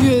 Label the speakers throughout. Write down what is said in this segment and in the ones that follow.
Speaker 1: 越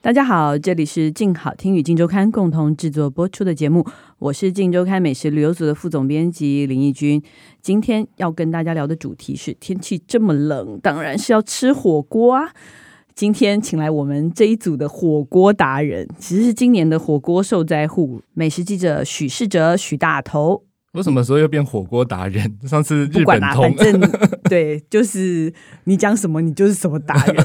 Speaker 2: 大家好，这里是静好听与静周刊共同制作播出的节目，我是静周刊美食旅游组的副总编辑林义君。今天要跟大家聊的主题是天气这么冷，当然是要吃火锅啊。今天请来我们这一组的火锅达人，其实是今年的火锅受灾户，美食记者许世哲、许大头。
Speaker 3: 我什么时候又变火锅 达人？上次
Speaker 2: 不
Speaker 3: 日
Speaker 2: 管
Speaker 3: 本
Speaker 2: 啦、
Speaker 3: 通
Speaker 2: 反，正 对，就是你讲什么，你就是什么达 人。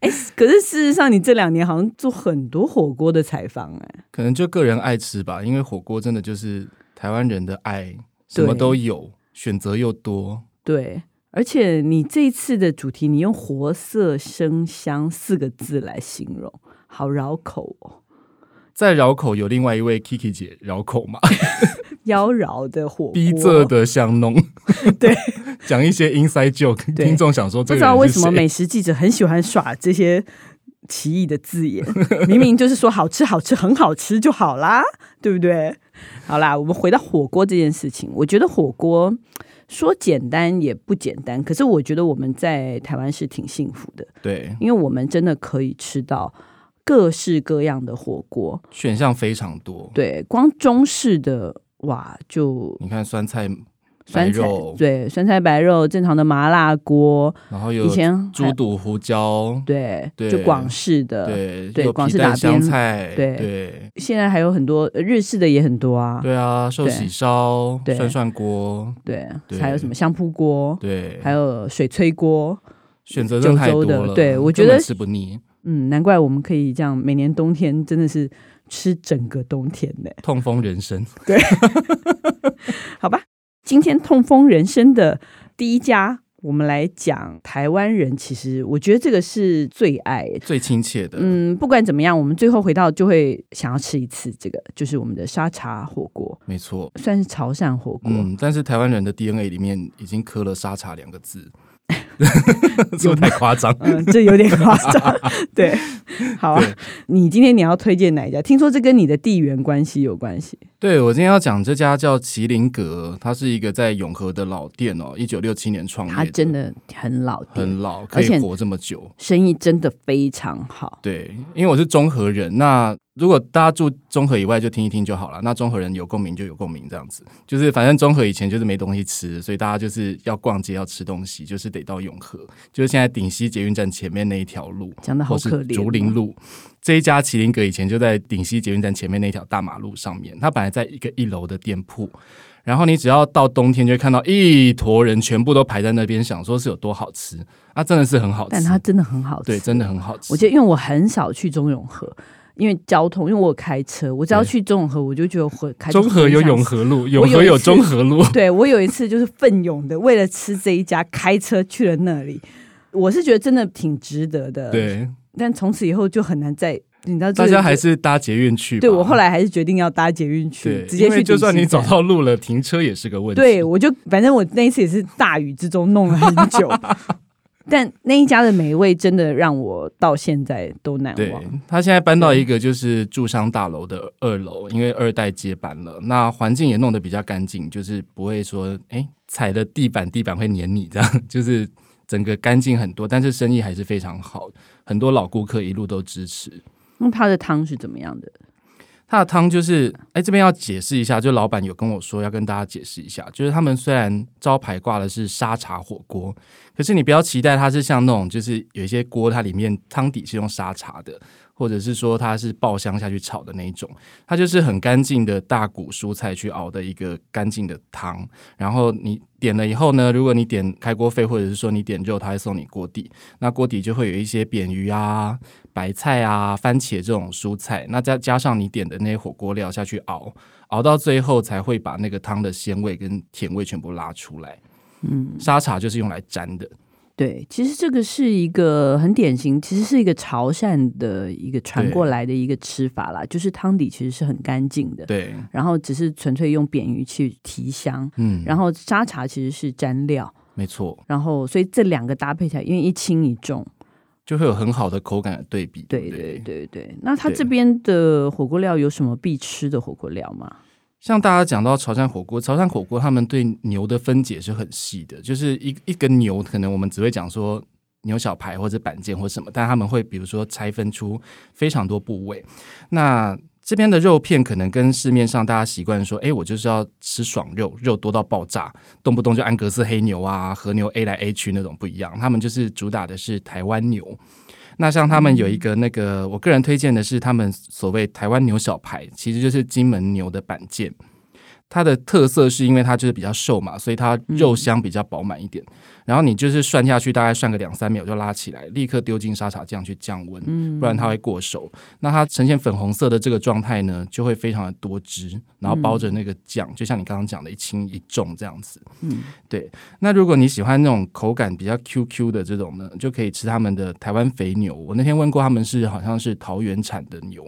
Speaker 2: 哎、可是事实上，你这两年好像做很多火锅的采访、哎，
Speaker 3: 可能就个人爱吃吧，因为火锅真的就是台湾人的爱，什
Speaker 2: 对
Speaker 3: 么都有，选择又多。
Speaker 2: 对，而且你这一次的主题，你用“活色生香”四个字来形容，好绕口哦，
Speaker 3: 在饶口有另外一位 Kiki 姐饶口 嘛，
Speaker 2: 妖娆的火锅，
Speaker 3: 逼仄的香浓，
Speaker 2: 对，
Speaker 3: 讲一些 inside joke，
Speaker 2: 对
Speaker 3: 听众想说
Speaker 2: 不
Speaker 3: 这
Speaker 2: 知
Speaker 3: 个
Speaker 2: 道
Speaker 3: 人
Speaker 2: 为什
Speaker 3: 是
Speaker 2: 么
Speaker 3: 谁
Speaker 2: 美食记者很喜欢耍这些奇异的字 眼，明明就是说好吃、好吃、很好吃就好啦，对不对？好啦，我们回到火锅这件事情，我觉得火锅说简单也不简单，可是我觉得我们在台湾是挺幸福的，
Speaker 3: 对
Speaker 2: 因为我们真的可以吃到各式各样的火锅，
Speaker 3: 选项非常多。
Speaker 2: 对，光中式的哇就。
Speaker 3: 你看酸菜白
Speaker 2: 酸菜
Speaker 3: 肉，
Speaker 2: 对酸菜白肉，正常的麻辣锅，
Speaker 3: 然后
Speaker 2: 以
Speaker 3: 有
Speaker 2: 前还
Speaker 3: 猪肚胡椒，
Speaker 2: 对，
Speaker 3: 对
Speaker 2: 就广式的，
Speaker 3: 对，
Speaker 2: 对
Speaker 3: 有
Speaker 2: 光
Speaker 3: 皮
Speaker 2: 是打
Speaker 3: 蛋香
Speaker 2: 边
Speaker 3: 菜，
Speaker 2: 对
Speaker 3: 对
Speaker 2: 现在还有很多呃日式的也很多啊，
Speaker 3: 对啊，寿
Speaker 2: 对
Speaker 3: 喜烧、
Speaker 2: 对
Speaker 3: 涮涮锅，
Speaker 2: 对，
Speaker 3: 对
Speaker 2: 还有什么香扑锅，
Speaker 3: 对，
Speaker 2: 还有水炊锅，
Speaker 3: 选择真的太多
Speaker 2: 九州的
Speaker 3: 了，嗯
Speaker 2: 对我觉
Speaker 3: 根本
Speaker 2: 得
Speaker 3: 吃不腻，
Speaker 2: 嗯，难怪我们可以这样，每年冬天真的是吃整个冬天呢、
Speaker 3: 痛风人生。
Speaker 2: 好吧，今天痛风人生的第一家，我们来讲台湾人，其实我觉得这个是最爱。
Speaker 3: 最亲切的，
Speaker 2: 嗯，不管怎么样，我们最后回到就会想要吃一次这个，就是我们的沙茶火锅，
Speaker 3: 没错。
Speaker 2: 算是潮汕火锅，
Speaker 3: 嗯，但是台湾人的 DNA 里面已经刻了“沙茶”两个 字，是不是太夸张？
Speaker 2: 嗯，这有点夸 张。对，好啊
Speaker 3: 对。
Speaker 2: 你今天你要推荐哪一家？听说这跟你的地缘关系有关系。
Speaker 3: 对我今天要讲这家叫麒麟阁，它是一个在永和的老店哦，一九六七年创业，
Speaker 2: 它真的很老店，
Speaker 3: 很老，可
Speaker 2: 而且
Speaker 3: 以活这么久。
Speaker 2: 生意真的非常好。
Speaker 3: 对，因为我是中和人，那如果大家住中和以外就听一听就好了。那中和人有共鸣就有共鸣，这样子就是反正中和以前就是没东西吃，所以大家就是要逛街要吃东西，就是得到永和，就是现在顶溪捷运站前面那一条路，
Speaker 2: 讲得好
Speaker 3: 或是
Speaker 2: 可怜哦
Speaker 3: 竹林路这一家麒麟阁以前就在顶溪捷运站前面那条大马路上面，它本来在一个一楼的店铺。然后你只要到冬天，就会看到一坨人全部都排在那边，想说是有多好吃啊！真的是很好吃，
Speaker 2: 但它真的很好吃。
Speaker 3: 对，真的很好吃。
Speaker 2: 我记得，因为我很少去中永和，因为交通，因为我有开车，我只要去中永和，我就觉得会开车
Speaker 3: 中和有
Speaker 2: 很想
Speaker 3: 永
Speaker 2: 死。
Speaker 3: 和路，永和有中和 路。
Speaker 2: 对我有一次就是奋勇的，为了吃这一家，开车去了那里。我是觉得真的挺值得的，。
Speaker 3: 对，
Speaker 2: 但从此以后就很难再，你知道这
Speaker 3: 大
Speaker 2: 个
Speaker 3: 家
Speaker 2: 就
Speaker 3: 还是搭捷运去吧。
Speaker 2: 对我后来还是决定要搭捷运去
Speaker 3: 对，，
Speaker 2: 直接
Speaker 3: 因
Speaker 2: 去
Speaker 3: 为就
Speaker 2: 顶
Speaker 3: 算
Speaker 2: 新
Speaker 3: 你找
Speaker 2: 站。
Speaker 3: 到路了，停车也是个问题。
Speaker 2: 对，我就反正我那一次也是大雨之中弄了很 久，但那一家的美味真的让我到现在都难
Speaker 3: 对
Speaker 2: 忘。
Speaker 3: 他现在搬到一个就是住商大楼的二楼，因为二代接班了，那环境也弄得比较干净，就是不会说哎踩了地板，地板会黏你这样，就是整个干净很多，但是生意还是非常好，很多老顾客一路都支持。
Speaker 2: 那它的汤是怎么样的？
Speaker 3: 它的汤就是，哎，这边要解释一下，就老板有跟我说要跟大家解释一下，就是他们虽然招牌挂的是沙茶火锅，可是你不要期待它是像那种，就是有一些锅它里面汤底是用沙茶的，或者是说它是爆香下去炒的那一种，它就是很干净的大骨蔬菜去熬的一个干净的汤。然后你点了以后呢，如果你点开锅费或者是说你点肉，它会送你锅底，那锅底就会有一些扁鱼啊、白菜啊、番茄这种蔬菜，那再加上你点的那些火锅料下去熬，熬到最后才会把那个汤的鲜味跟甜味全部拉出来。嗯，沙茶就是用来沾的，
Speaker 2: 对，其实这个是一个很典型，其实是一个潮汕的一个传
Speaker 3: 对
Speaker 2: 过来的一个吃法啦，就是汤底其实是很干净的，
Speaker 3: 对，
Speaker 2: 然后只是纯粹用扁鱼去提香，
Speaker 3: 嗯，
Speaker 2: 然后沙茶其实是蘸料，
Speaker 3: 没错，
Speaker 2: 然后所以这两个搭配起来，因为一轻一重，
Speaker 3: 就会有很好的口感的对比。
Speaker 2: 对
Speaker 3: 不
Speaker 2: 对对对。那它
Speaker 3: 对
Speaker 2: 这边的火锅料有什么必吃的火锅料吗？
Speaker 3: 像大家讲到潮汕火锅，潮汕火锅他们对牛的分解是很细的，就是一一个牛，可能我们只会讲说牛小排或者板腱或什么，但他们会比如说拆分出非常多部位。那这边的肉片可能跟市面上大家习惯说，哎，我就是要吃爽肉，肉多到爆炸，动不动就安格斯黑牛啊、和牛 A 来 A 去那种不一样，他们就是主打的是台湾牛。那像他们有一个那个，我个人推荐的是他们所谓台湾牛小排，其实就是金门牛的板腱。它的特色是因为它就是比较瘦嘛，所以它肉香比较饱满一点。然后你就是涮下去，大概涮个两三秒就拉起来，立刻丢进沙茶酱去降温，不然它会过熟。那它呈现粉红色的这个状态呢，就会非常的多汁，然后包着那个酱，就像你刚刚讲的，一轻一重这样子。
Speaker 2: 嗯，
Speaker 3: 对。那如果你喜欢那种口感比较 Q Q 的这种呢，就可以吃他们的台湾肥牛。我那天问过他们是好像是桃园产的牛，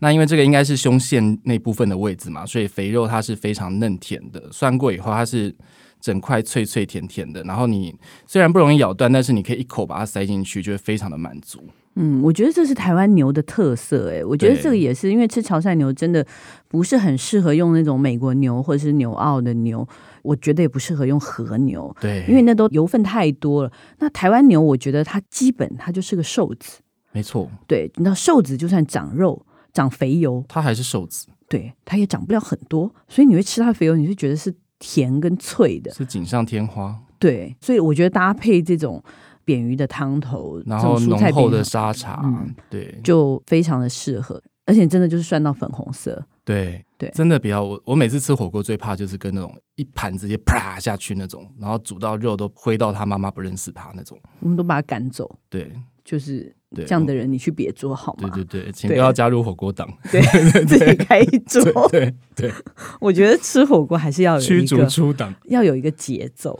Speaker 3: 那因为这个应该是胸腺那部分的位置嘛，所以肥肉它是非常嫩甜的，涮过以后它是整块脆脆甜甜的。然后你虽然不容易咬断，但是你可以一口把它塞进去，就会非常的满足。
Speaker 2: 嗯，我觉得这是台湾牛的特色、诶，我觉得
Speaker 3: 对
Speaker 2: 这个也是因为吃潮汕牛真的不是很适合用那种美国牛或者是牛澳的牛，我觉得也不适合用和牛，
Speaker 3: 对，
Speaker 2: 因为那都油分太多了。那台湾牛，我觉得它基本它就是个瘦子，
Speaker 3: 没错，
Speaker 2: 对，你知道瘦子就算长肉、长肥油，
Speaker 3: 它还是瘦子，
Speaker 2: 对，它也长不了很多，所以你会吃它的肥油，你就觉得是甜跟脆的，
Speaker 3: 是锦上添花，
Speaker 2: 对，所以我觉得搭配这种扁鱼的汤头，
Speaker 3: 然后
Speaker 2: 这种
Speaker 3: 浓
Speaker 2: 蔬菜
Speaker 3: 厚
Speaker 2: 饼
Speaker 3: 的
Speaker 2: 啊
Speaker 3: 沙茶，
Speaker 2: 嗯
Speaker 3: 对
Speaker 2: 就非常的适合，而且真的就是涮到粉红色。
Speaker 3: 对
Speaker 2: 对
Speaker 3: 真的比较我我每次吃火锅最怕就是跟那种一盘直接啪下去那种，然后煮到肉都灰到他妈妈不认识他那种。
Speaker 2: 我们都把他赶走，
Speaker 3: 对
Speaker 2: 就是
Speaker 3: 对
Speaker 2: 这样的人，你去别桌好
Speaker 3: 对
Speaker 2: 吗？
Speaker 3: 对对，请不
Speaker 2: 对
Speaker 3: 要加入火锅 党。
Speaker 2: 对，自己开一桌。
Speaker 3: 对对，
Speaker 2: 我觉得吃火锅还是要有
Speaker 3: 驱
Speaker 2: 一
Speaker 3: 逐
Speaker 2: 个
Speaker 3: 出党。
Speaker 2: 要有一个节奏，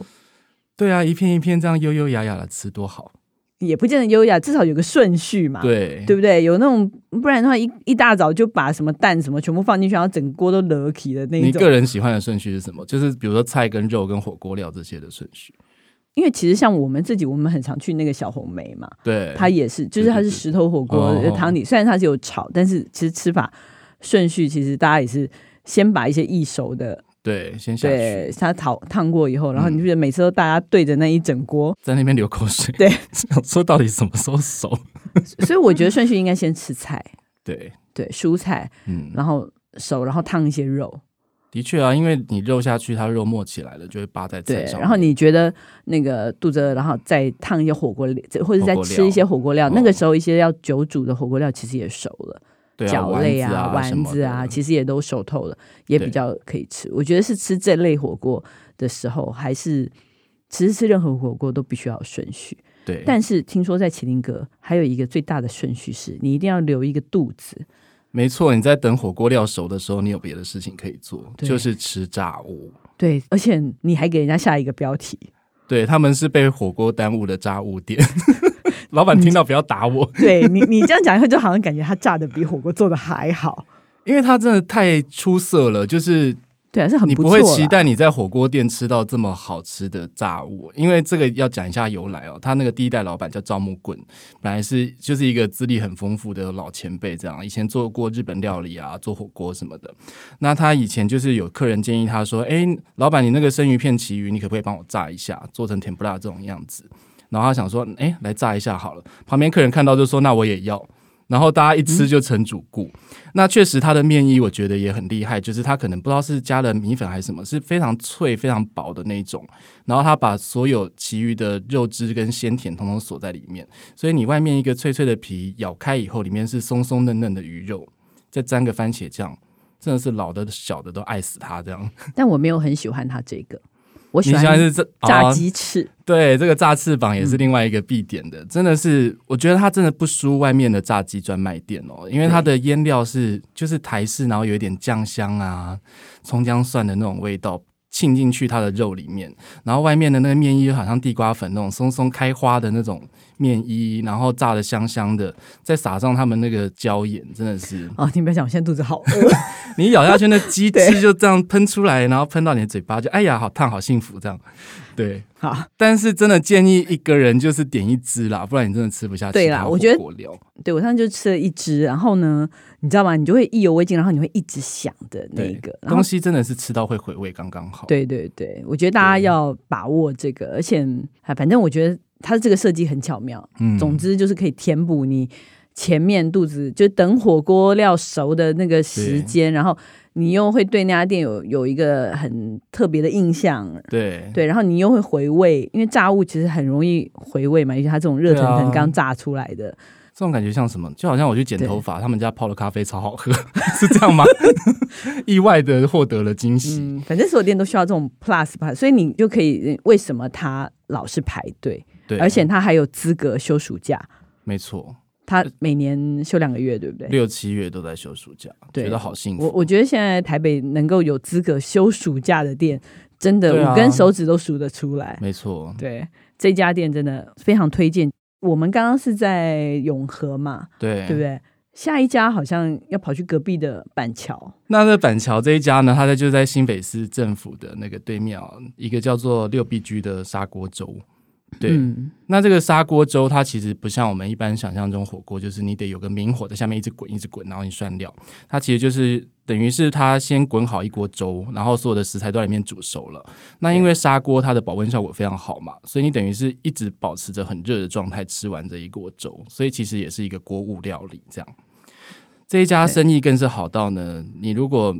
Speaker 3: 对啊，一片一片这样优优雅雅的吃多好。
Speaker 2: 也不见得优雅，至少有个顺序嘛。。
Speaker 3: 对
Speaker 2: 对不对？有那种，不然的话一一大早就把什么蛋什么全部放进去，然后整锅都勒起的那一
Speaker 3: 你个
Speaker 2: 种。
Speaker 3: 人喜欢的顺序是什么？就是比如说菜跟肉跟火锅料这些的顺序。
Speaker 2: 因为其实像我们自己，我们很常去那个小红梅嘛，
Speaker 3: 对，哦
Speaker 2: 它也是，就是它是石头火锅
Speaker 3: 对对对
Speaker 2: 呃汤底，虽然它是有炒，但是其实吃法顺序其实大家也是先把一些易熟的，
Speaker 3: 对先下去，嗯
Speaker 2: 对，它烫烫过以后，然后你就觉得每次都大家对着那一整 锅，
Speaker 3: 在那边流口水。
Speaker 2: 对，
Speaker 3: 想说到底什么时候熟？
Speaker 2: 所以我觉得顺序应该先吃菜，
Speaker 3: 对，
Speaker 2: 对，蔬菜，
Speaker 3: 嗯，
Speaker 2: 然后熟，然后烫一些肉，
Speaker 3: 的确啊，因为你肉下去，它肉末起来了，就会扒在
Speaker 2: 对
Speaker 3: 菜，上面。
Speaker 2: 然后你觉得那个肚子饿，然后再烫一些火锅料，或者再
Speaker 3: 火锅料
Speaker 2: 吃一些火锅料，
Speaker 3: 哦
Speaker 2: 那个时候一些要久煮的火锅料其实也熟了。
Speaker 3: 对啊，
Speaker 2: 饺类
Speaker 3: 啊、什
Speaker 2: 丸
Speaker 3: 么
Speaker 2: 子
Speaker 3: 的
Speaker 2: 啊，其实也都熟透了，也
Speaker 3: 对
Speaker 2: 比较可以吃。我觉得是吃这类火锅的时候，还是其实吃任何火锅都必须要有顺序。
Speaker 3: 对，
Speaker 2: 但是听说在麒麟阁还有一个最大的顺序是，你一定要留一个肚子。
Speaker 3: 没错，你在等火锅料熟的时候，你有别的事情可以做，
Speaker 2: 对
Speaker 3: 就是吃炸物。
Speaker 2: 对，而且你还给人家下一个标题，
Speaker 3: 对，他们是被火锅耽误的炸物店。 老板听到不要打我，
Speaker 2: 对你，你这样讲以后就好像感觉他炸的比火锅做的还好，
Speaker 3: 因为它真的太出色了，就是
Speaker 2: 对啊，是很
Speaker 3: 你不
Speaker 2: 错
Speaker 3: 会
Speaker 2: 啦
Speaker 3: 期待你在火锅店吃到这么好吃的炸物，因为这个要讲一下由来哦。他那个第一代老板叫赵木棍，本来是就是一个资历很丰富的老前辈，这样以前做过日本料理啊，做火锅什么的。那他以前就是有客人建议他说：“哎，老板，你那个生鱼片旗鱼，你可不可以帮我炸一下，做成甜不辣这种样子？”然后他想说：“哎，来炸一下好了。”旁边客人看到就说：“那我也要。”然后大家一
Speaker 2: 嗯
Speaker 3: 吃就成主顾，那确实，它的面衣我觉得也很厉害，就是它可能不知道是加了米粉还是什么，是非常脆、非常薄的那种。然后它把所有其余的肉汁跟鲜甜统统锁在里面，所以你外面一个脆脆的皮咬开以后，里面是松松嫩嫩的鱼肉，再沾个番茄酱，真的是老的小的都爱死它这样。
Speaker 2: 但我没有很喜欢他这个，我
Speaker 3: 你
Speaker 2: 喜
Speaker 3: 现在
Speaker 2: 欢
Speaker 3: 是这
Speaker 2: 炸
Speaker 3: 哦
Speaker 2: 鸡翅。
Speaker 3: 对，这个炸翅膀也是另外一个必点的，真的是，我觉得它真的不输外面的炸鸡专卖店哦，因为它的腌料是就是台式，然后有一点酱香啊、葱姜蒜的那种味道。沁进去它的肉里面，然后外面的那个面衣好像地瓜粉那种松松开花的那种面衣，然后炸的香香的，再撒上他们那个椒盐，真的是
Speaker 2: 哦，你不要讲，我现在肚子好饿。
Speaker 3: 你咬下去那鸡
Speaker 2: 对
Speaker 3: 汁就这样喷出来，然后喷到你的嘴巴就哎呀好烫好幸福这样，对
Speaker 2: 好，
Speaker 3: 但是真的建议一个人就是点一支啦，不然你真的吃不下
Speaker 2: 对
Speaker 3: 其
Speaker 2: 啦
Speaker 3: 他
Speaker 2: 我
Speaker 3: 火
Speaker 2: 觉得
Speaker 3: 锅料。
Speaker 2: 对我上次就吃了一只，然后呢，你知道吗？你就会意犹未尽，然后你会一直想的那
Speaker 3: 对
Speaker 2: 一个，然后
Speaker 3: 东西真的是吃到会回味，刚刚好。，
Speaker 2: 对对对，我觉得大家
Speaker 3: 对
Speaker 2: 要把握这个，而且啊，反正我觉得它这个设计很巧妙，
Speaker 3: 嗯
Speaker 2: 总之就是可以填补你前面肚子就等火锅料熟的那个时间，然后你又会对那家店有有一个很特别的印象，
Speaker 3: 对
Speaker 2: 对，然后你又会回味，因为炸物其实很容易回味嘛，尤其它这种热腾腾
Speaker 3: 对啊
Speaker 2: 刚炸出来的，
Speaker 3: 这种感觉像什么？就好像我去剪
Speaker 2: 对
Speaker 3: 头发，他们家泡的咖啡超 好喝，是这样吗？意外的获得了惊喜。
Speaker 2: 嗯，反正所有店都需要这种 plus 吧，所以你就可以为什么它老是排队，
Speaker 3: 对，
Speaker 2: 而且它还有资格休暑假。
Speaker 3: 没错，
Speaker 2: 他每年休两个月，对不对？
Speaker 3: 呃六七月都在休暑假，
Speaker 2: 对
Speaker 3: 觉得好幸
Speaker 2: 我
Speaker 3: 福。
Speaker 2: 我觉得现在台北能够有资格休暑假的店，真
Speaker 3: 对
Speaker 2: 的
Speaker 3: 啊嗯
Speaker 2: 五根手指都数得出来。
Speaker 3: 没错，
Speaker 2: 对，这家店真的非常推荐。我们刚刚是在永和嘛，
Speaker 3: 对
Speaker 2: 对不对？下一家好像要跑去隔壁的板桥，
Speaker 3: 那在板桥这一家呢，它在就在新北市政府的那个对面哦，一个叫做六必居的砂锅粥。对，
Speaker 2: 嗯，
Speaker 3: 那这个砂锅粥它其实不像我们一般想象中火锅，就是你得有个明火在下面一直滚一直滚，然后你涮料。它其实就是等于是它先滚好一锅粥，然后所有的食材都在里面煮熟了。那因为砂锅它的保温效果非常好嘛，所以你等于是一直保持着很热的状态吃完这一锅粥，所以其实也是一个锅物料理这样。这一家生意更是好到呢，你如果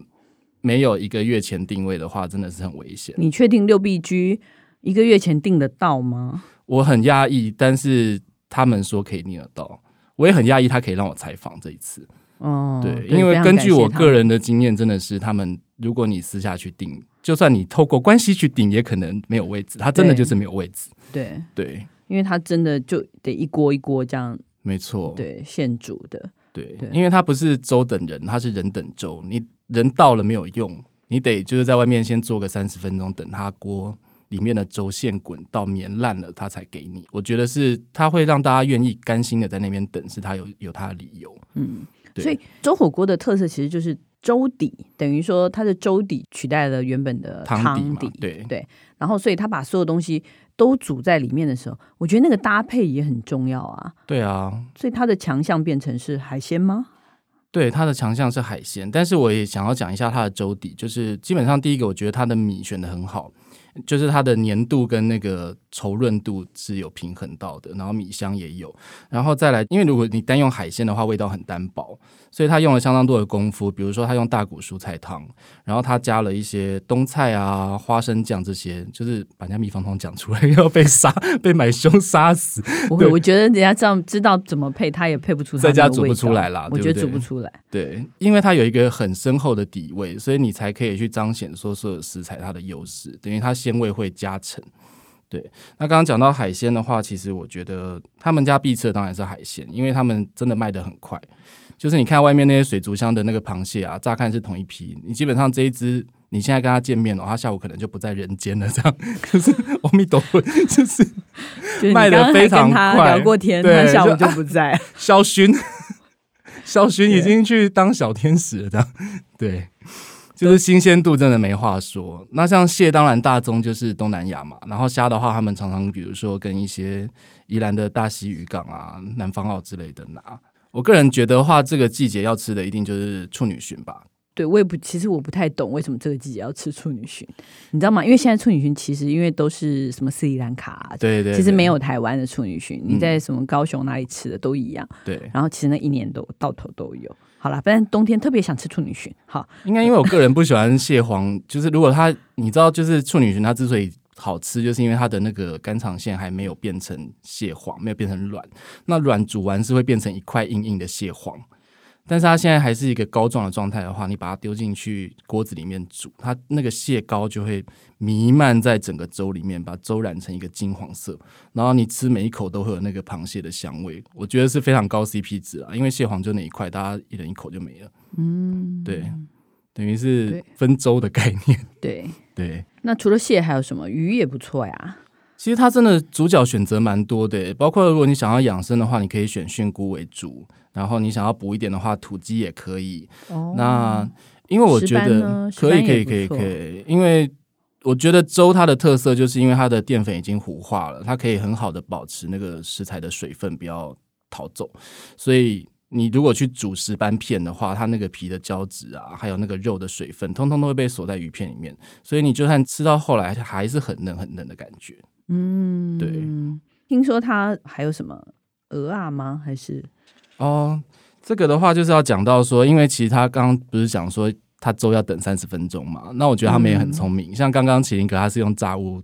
Speaker 3: 没有一个月前定位的话，真的是很危险。
Speaker 2: 你确定六必居一个月前订得到吗？
Speaker 3: 我很压抑，但是他们说可以念得到，我也很压抑，他可以让我采访这一次。
Speaker 2: 哦，
Speaker 3: 对，因为根据我个，人的经验，真的是他们，如果你私下去订，就算你透过关系去订，也可能没有位置，他真的
Speaker 2: 对
Speaker 3: 就是没有位置。
Speaker 2: 非常感谢他对，
Speaker 3: 对，
Speaker 2: 因为他真的就得一锅一锅这样
Speaker 3: 没错，
Speaker 2: 对现煮的，
Speaker 3: 对
Speaker 2: 对，
Speaker 3: 因为他不是粥等人，他是人等粥，你人到了没有用，你得就是在外面先做个三十分钟，等他锅。里面的粥现滚到绵烂了，他才给你。我觉得是他会让大家愿意甘心的在那边等，是他有有他的理由。
Speaker 2: 嗯，
Speaker 3: 对
Speaker 2: 所以粥火锅的特色其实就是粥底，等于说它的粥底取代了原本的
Speaker 3: 汤
Speaker 2: 汤
Speaker 3: 底嘛对
Speaker 2: 然后所以它把所有东西都煮在里面的时候，我觉得那个搭配也很重要啊。
Speaker 3: 对啊，
Speaker 2: 所以它的强项变成是海鲜吗？
Speaker 3: 对，它的强项是海鲜，但是我也想要讲一下它的粥底，就是基本上第一个，我觉得它的米选的很好，就是它的粘度跟那个稠润度是有平衡到的，然后米香也有，然后再来，因为如果你单用海鲜的话，味道很单薄，所以它用了相当多的功夫，比如说它用大骨蔬菜汤，然后它加了一些冬菜啊、花生酱这些，就是把人家秘方通讲出来 要被杀、被买凶杀死，
Speaker 2: 不会，我觉得人家这样知道怎么配，它也配不出它
Speaker 3: 在家
Speaker 2: 那个
Speaker 3: 煮不
Speaker 2: 味
Speaker 3: 出
Speaker 2: 道
Speaker 3: 来啦
Speaker 2: 我
Speaker 3: 对
Speaker 2: 觉
Speaker 3: 不
Speaker 2: 得煮
Speaker 3: 对
Speaker 2: 不出来。
Speaker 3: 对，因为它有一个很深厚的底味，所以你才可以去彰显说所有食材它的优势，等于它鲜味会加成。对，那刚刚讲到海鲜的话，其实我觉得他们家必吃的当然是海鲜，因为他们真的卖得很快。就是你看外面那些水族箱的那个螃蟹啊，乍看是同一批，你基本上这一只，你现在跟他见面哦，他下午可能就不在人间了，这样 就是阿弥陀佛，就是
Speaker 2: 就是你
Speaker 3: 卖
Speaker 2: 刚刚还
Speaker 3: 得非
Speaker 2: 跟
Speaker 3: 常
Speaker 2: 他
Speaker 3: 快
Speaker 2: 聊过天，他
Speaker 3: 对
Speaker 2: 下午
Speaker 3: 就
Speaker 2: 就不在。
Speaker 3: 小薰，小薰已经去当小天使了，这样 对，就是新鲜度真的没话说。那像蟹，当然大宗就是东南亚嘛，然后虾的话，他们常常比如说跟一些宜兰的大溪渔港啊、南方澳之类的拿。我个人觉得话，这个季节要吃的一定就是处女鲟吧。
Speaker 2: 对，我也不，其实我不太懂为什么这个季节要吃处女鲟，你知道吗？因为现在处女鲟其实因为都是什么斯里兰卡啊、
Speaker 3: 对对对，
Speaker 2: 其实没有台湾的处女鲟，你
Speaker 3: 嗯
Speaker 2: 在什么高雄哪里吃的都一样。
Speaker 3: 对，
Speaker 2: 然后其实那一年都到头都有。好啦，反正冬天特别想吃处女鲟。好，
Speaker 3: 应该因为我个人不喜欢蟹黄，就是如果它，你知道，就是处女鲟它之所以好吃，就是因为它的那个肝肠腺还没有变成蟹黄，没有变成卵。那卵煮完是会变成一块硬硬的蟹黄，但是它现在还是一个膏状的状态的话，你把它丢进去锅子里面煮，它那个蟹膏就会弥漫在整个粥里面，把粥染成一个金黄色，然后你吃每一口都会有那个螃蟹的香味，我觉得是非常高 CP 值啊，因为蟹黄就那一块，大家一人一口就没了。嗯，对。等于是
Speaker 2: 对
Speaker 3: 分粥的概念。
Speaker 2: 对，
Speaker 3: 对，
Speaker 2: 那除了蟹还有什么？鱼也不错呀。
Speaker 3: 其实它真的主角选择蛮多的欸耶，包括如果你想要养生的话，你可以选菌菇为主；然后你想要补一点的话，土鸡也可以。
Speaker 2: 哦
Speaker 3: 那因为我觉
Speaker 2: 石斑
Speaker 3: 得
Speaker 2: 呢
Speaker 3: 可以，
Speaker 2: 石斑
Speaker 3: 可
Speaker 2: 也
Speaker 3: 以，
Speaker 2: 不
Speaker 3: 可以，
Speaker 2: 错
Speaker 3: 可以，因为我觉得粥它的特色就是因为它的淀粉已经糊化了，它可以很好的保持那个食材的水分不要逃走，所以。你如果去煮石斑片的话，它那个皮的胶质啊，还有那个肉的水分，通通都会被锁在鱼片里面，所以你就算吃到后来还是很嫩很嫩的感觉。
Speaker 2: 嗯，
Speaker 3: 对。
Speaker 2: 听说它还有什么鹅啊吗？还是
Speaker 3: 哦，这个的话就是要讲到说，因为其实他刚刚不是讲说他粥要等三十分钟嘛，那我觉得他们也很聪明，像刚刚麒麟阁他是用炸物，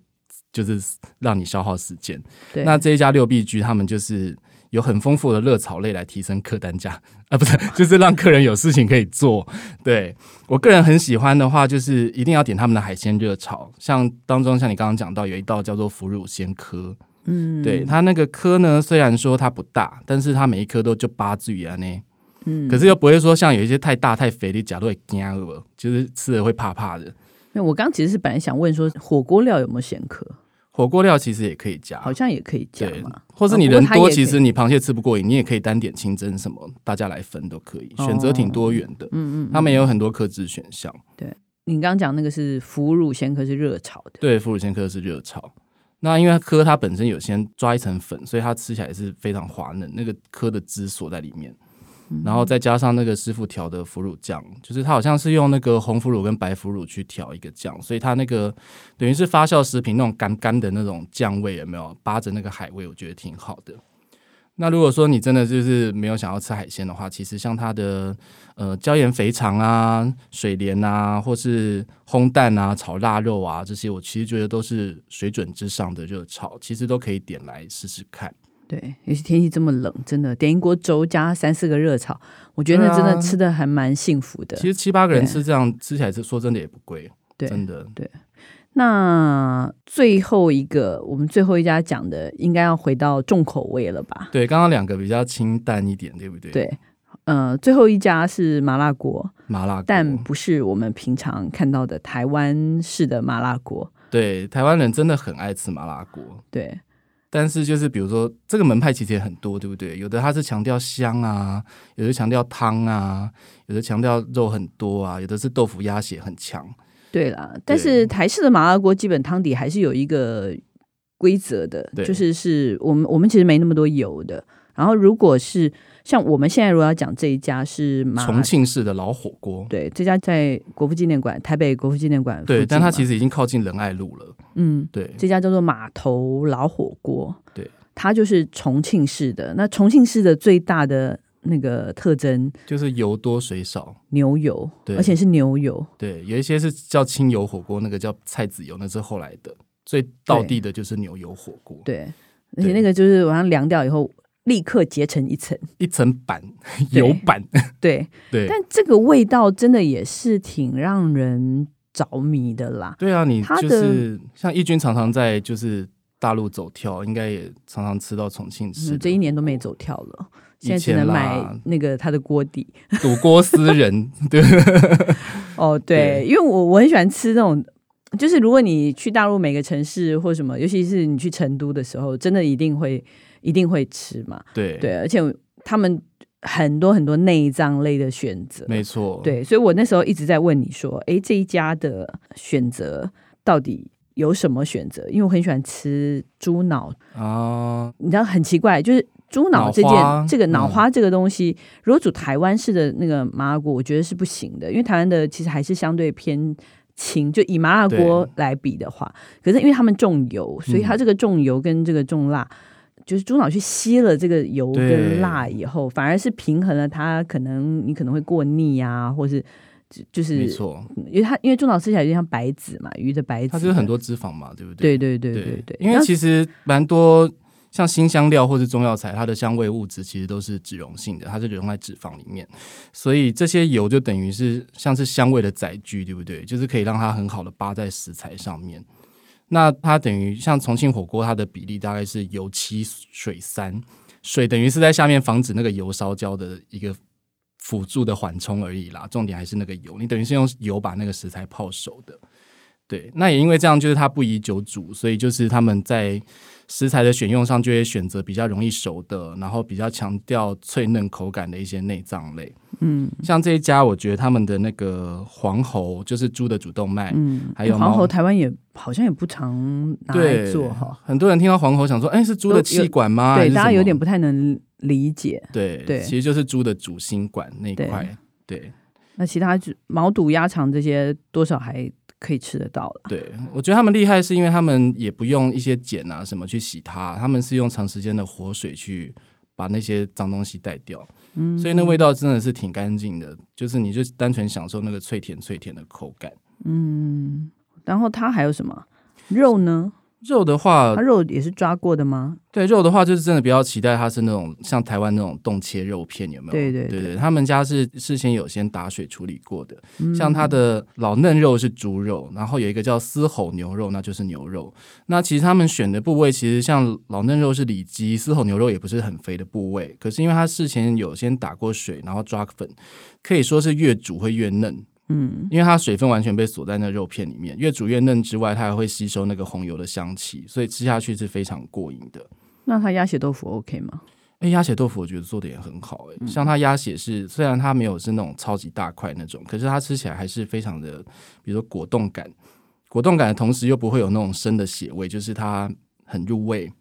Speaker 3: 就是让你消耗时间。
Speaker 2: 对？
Speaker 3: 那这一家六必居他们就是。有很丰富的热炒类来提升客单价 啊，不是，就是让客人有事情可以做。对我个人很喜欢的话，就是一定要点他们的海鲜热炒，像当中像你刚刚讲到有一道叫做腐乳鲜科，
Speaker 2: 嗯，
Speaker 3: 对，它那个颗呢，虽然说它不大，但是它每一颗都就八字鱼啊呢。
Speaker 2: 嗯
Speaker 3: 可是又不会说像有一些太大太肥的，假如会惊了，就是吃了会怕怕的。
Speaker 2: 那我刚其实是本来想问说，火锅料有没有咸壳？
Speaker 3: 火锅料其实也可以加，
Speaker 2: 好像也可以加
Speaker 3: 对
Speaker 2: 嘛，
Speaker 3: 或是你
Speaker 2: 啊不过
Speaker 3: 人
Speaker 2: 它也
Speaker 3: 多，
Speaker 2: 可以
Speaker 3: 其实你螃蟹吃不过瘾，你也可以单点清蒸什么，大家来分都可以，选择挺多元的。
Speaker 2: 哦嗯嗯嗯，
Speaker 3: 他们也有很多克制选项。
Speaker 2: 你刚刚讲那个是腐乳鲜壳是热炒的，
Speaker 3: 对，腐乳鲜科是热炒。那因为科它本身有先抓一层粉，所以它吃起来是非常滑嫩，那个科的汁锁在里面，然后再加上那个师傅调的腐乳酱，就是它好像是用那个红腐乳跟白腐乳去调一个酱，所以它那个等于是发酵食品那种干干的那种酱味有没有扒着那个海味，我觉得挺好的。那如果说你真的就是没有想要吃海鲜的话，其实像它的呃椒盐肥肠啊、水莲啊，或是烘蛋啊、炒腊肉啊这些，我其实觉得都是水准之上的热炒，其实都可以点来试试看。
Speaker 2: 对，尤其天气这么冷，真的点一锅粥加三四个热炒，我觉得那
Speaker 3: 对
Speaker 2: 真
Speaker 3: 啊
Speaker 2: 的吃的还蛮幸福的
Speaker 3: 其。实七八个人
Speaker 2: 对
Speaker 3: 吃这样吃起来，是说真的也不贵，
Speaker 2: 对，
Speaker 3: 真的。
Speaker 2: 那最后一个我们最后一家讲的，应该要回到重口味了吧？
Speaker 3: 对，刚刚两个比较清淡一点，对不对？，
Speaker 2: 对，呃，最后一家是麻辣锅，
Speaker 3: 麻辣锅。
Speaker 2: 但不是我们平常看到的台湾式的麻辣锅。
Speaker 3: 对台湾人真的很爱吃麻辣锅，
Speaker 2: 对，
Speaker 3: 但是就是比如说这个门派其实也很多，对不对？有的它是强调香啊，有的强调汤啊，有的强调肉很多啊，有的是豆腐鸭血很强。
Speaker 2: 对啦，但是台式的麻辣锅基本汤底还是有一个规则的，
Speaker 3: 对
Speaker 2: 就是是我们我们其实没那么多油的。然后如果是像我们现在如果要讲这一家是麻
Speaker 3: 重庆式的老火锅，
Speaker 2: 对，这家在国父纪念馆，台北国父纪念馆附
Speaker 3: 对，
Speaker 2: 近
Speaker 3: 但它
Speaker 2: 嘛
Speaker 3: 其实已经靠近仁爱路了。
Speaker 2: 嗯，
Speaker 3: 对，
Speaker 2: 这家叫做码头老火锅，
Speaker 3: 对，
Speaker 2: 它就是重庆市的。那重庆市的最大的那个特征
Speaker 3: 就是油多水少。
Speaker 2: 牛油，
Speaker 3: 对
Speaker 2: 而且是牛油，
Speaker 3: 对，有一些是叫清油火锅，那个叫菜籽油，那是后来的。最道地的就是牛油火锅，
Speaker 2: 对，而
Speaker 3: 对
Speaker 2: 且那个就是晚上凉掉以后立刻结成一层，
Speaker 3: 一层板
Speaker 2: 对
Speaker 3: 油 板，
Speaker 2: 对。
Speaker 3: 对，
Speaker 2: 但这个味道真的也是挺让人着迷的啦。
Speaker 3: 对啊，你
Speaker 2: 它的
Speaker 3: 就是像义军常常在就是大陆走跳，应该也常常吃到重庆
Speaker 2: 嗯，
Speaker 3: 市的
Speaker 2: 这一年都没走跳了，现在只
Speaker 3: 以前
Speaker 2: 能
Speaker 3: 啦
Speaker 2: 买那个它的锅底。
Speaker 3: 赌锅私 人，对
Speaker 2: 哦，对，
Speaker 3: 对
Speaker 2: 因为我我很喜欢吃那种，就是如果你去大陆每个城市或什么，尤其是你去成都的时候，真的一定会一定会吃嘛。
Speaker 3: 对
Speaker 2: 对，而且他们很多很多内脏类的选择，
Speaker 3: 没错，
Speaker 2: 对，所以我那时候一直在问你说，诶，这一家的选择到底有什么选择？因为我很喜欢吃猪脑，
Speaker 3: 啊，
Speaker 2: 你知道很奇怪，就是。猪脑
Speaker 3: 脑
Speaker 2: 这件
Speaker 3: 花，
Speaker 2: 这个脑
Speaker 3: 嗯
Speaker 2: 花这个东西，如果煮台湾式的那个麻辣锅，我觉得是不行的，因为台湾的其实还是相对偏轻，就以麻辣锅来比的话，可是因为他们重油，所
Speaker 3: 嗯
Speaker 2: 以它这个重油跟这个重辣，就是猪脑去吸了这个油跟
Speaker 3: 对
Speaker 2: 辣以后，反而是平衡了它可能你可能会过腻啊，或是就就是
Speaker 3: 没错，
Speaker 2: 因为它因为猪脑吃起来有点像白子嘛，鱼的白子，
Speaker 3: 它就是很多脂肪嘛，对不对？
Speaker 2: 对对对对对，
Speaker 3: 因为
Speaker 2: 那
Speaker 3: 其实蛮多像新香料或是中药材，它的香味物质其实都是脂溶性的，它是溶在脂肪里面，所以这些油就等于是像是香味的载具，对不对？就是可以让它很好的扒在食材上面。那它等于像重庆火锅，它的比例大概是油七水三，水等于是在下面防止那个油烧焦的一个辅助的缓冲而已啦。重点还是那个油，你等于是用油把那个食材泡熟的。对，那也因为这样，就是它不宜久煮，所以就是他们在食材的选用上就会选择比较容易熟的，然后比较强调脆嫩口感的一些内脏类。嗯，像这一家，我觉得他们的那个黄喉就是猪的主动脉，
Speaker 2: 嗯，
Speaker 3: 还有
Speaker 2: 黄
Speaker 3: 猫
Speaker 2: 喉台湾也好像也不常拿来
Speaker 3: 对
Speaker 2: 做哈，
Speaker 3: 很多人听到黄喉想说，哎，是猪的气管吗？还
Speaker 2: 对，
Speaker 3: 是
Speaker 2: 大家
Speaker 3: 什么
Speaker 2: 有点不太能理解。
Speaker 3: 对
Speaker 2: 对
Speaker 3: 其实就是猪的主心管那一块。对
Speaker 2: 那其他就毛肚、鸭肠这些多少还可以吃得到了。
Speaker 3: 对，我觉得他们厉害是因为他们也不用一些碱啊什么去洗它，他们是用长时间的活水去把那些脏东西带掉，
Speaker 2: 嗯，
Speaker 3: 所以那味道真的是挺干净的，就是你就单纯享受那个脆甜脆甜的口感。
Speaker 2: 嗯，然后它还有什么肉呢？
Speaker 3: 肉的话
Speaker 2: 它，肉也是抓过的吗？
Speaker 3: 对肉的话，就是真的不要期待它是那种像台湾那种冻切肉片，有没有？
Speaker 2: 对对
Speaker 3: 对嗯他们家是事先有先打水处理过的，像它的老嫩肉是猪肉，然后有一个叫狮吼牛肉，那就是牛肉。那其实他们选的部位，其实像老嫩肉是里脊，狮吼牛肉也不是很肥的部位，可是因为它事前有先打过水，然后抓粉，可以说是越煮会越嫩。嗯，因为它水分完全被锁在那肉片里面，越煮越嫩之外，它还会吸收那个红油的香气，所以吃下去是非常过瘾的。
Speaker 2: 那它鸭血豆腐 OK 吗？
Speaker 3: 哎、鸭血豆腐我觉得做的也很好、诶，像它鸭血是虽然它没有是那种超级大块那种，可是它吃起来还是非常的，比如说果冻感，果冻感的同时又不会有那种生的血味，就是它很入味。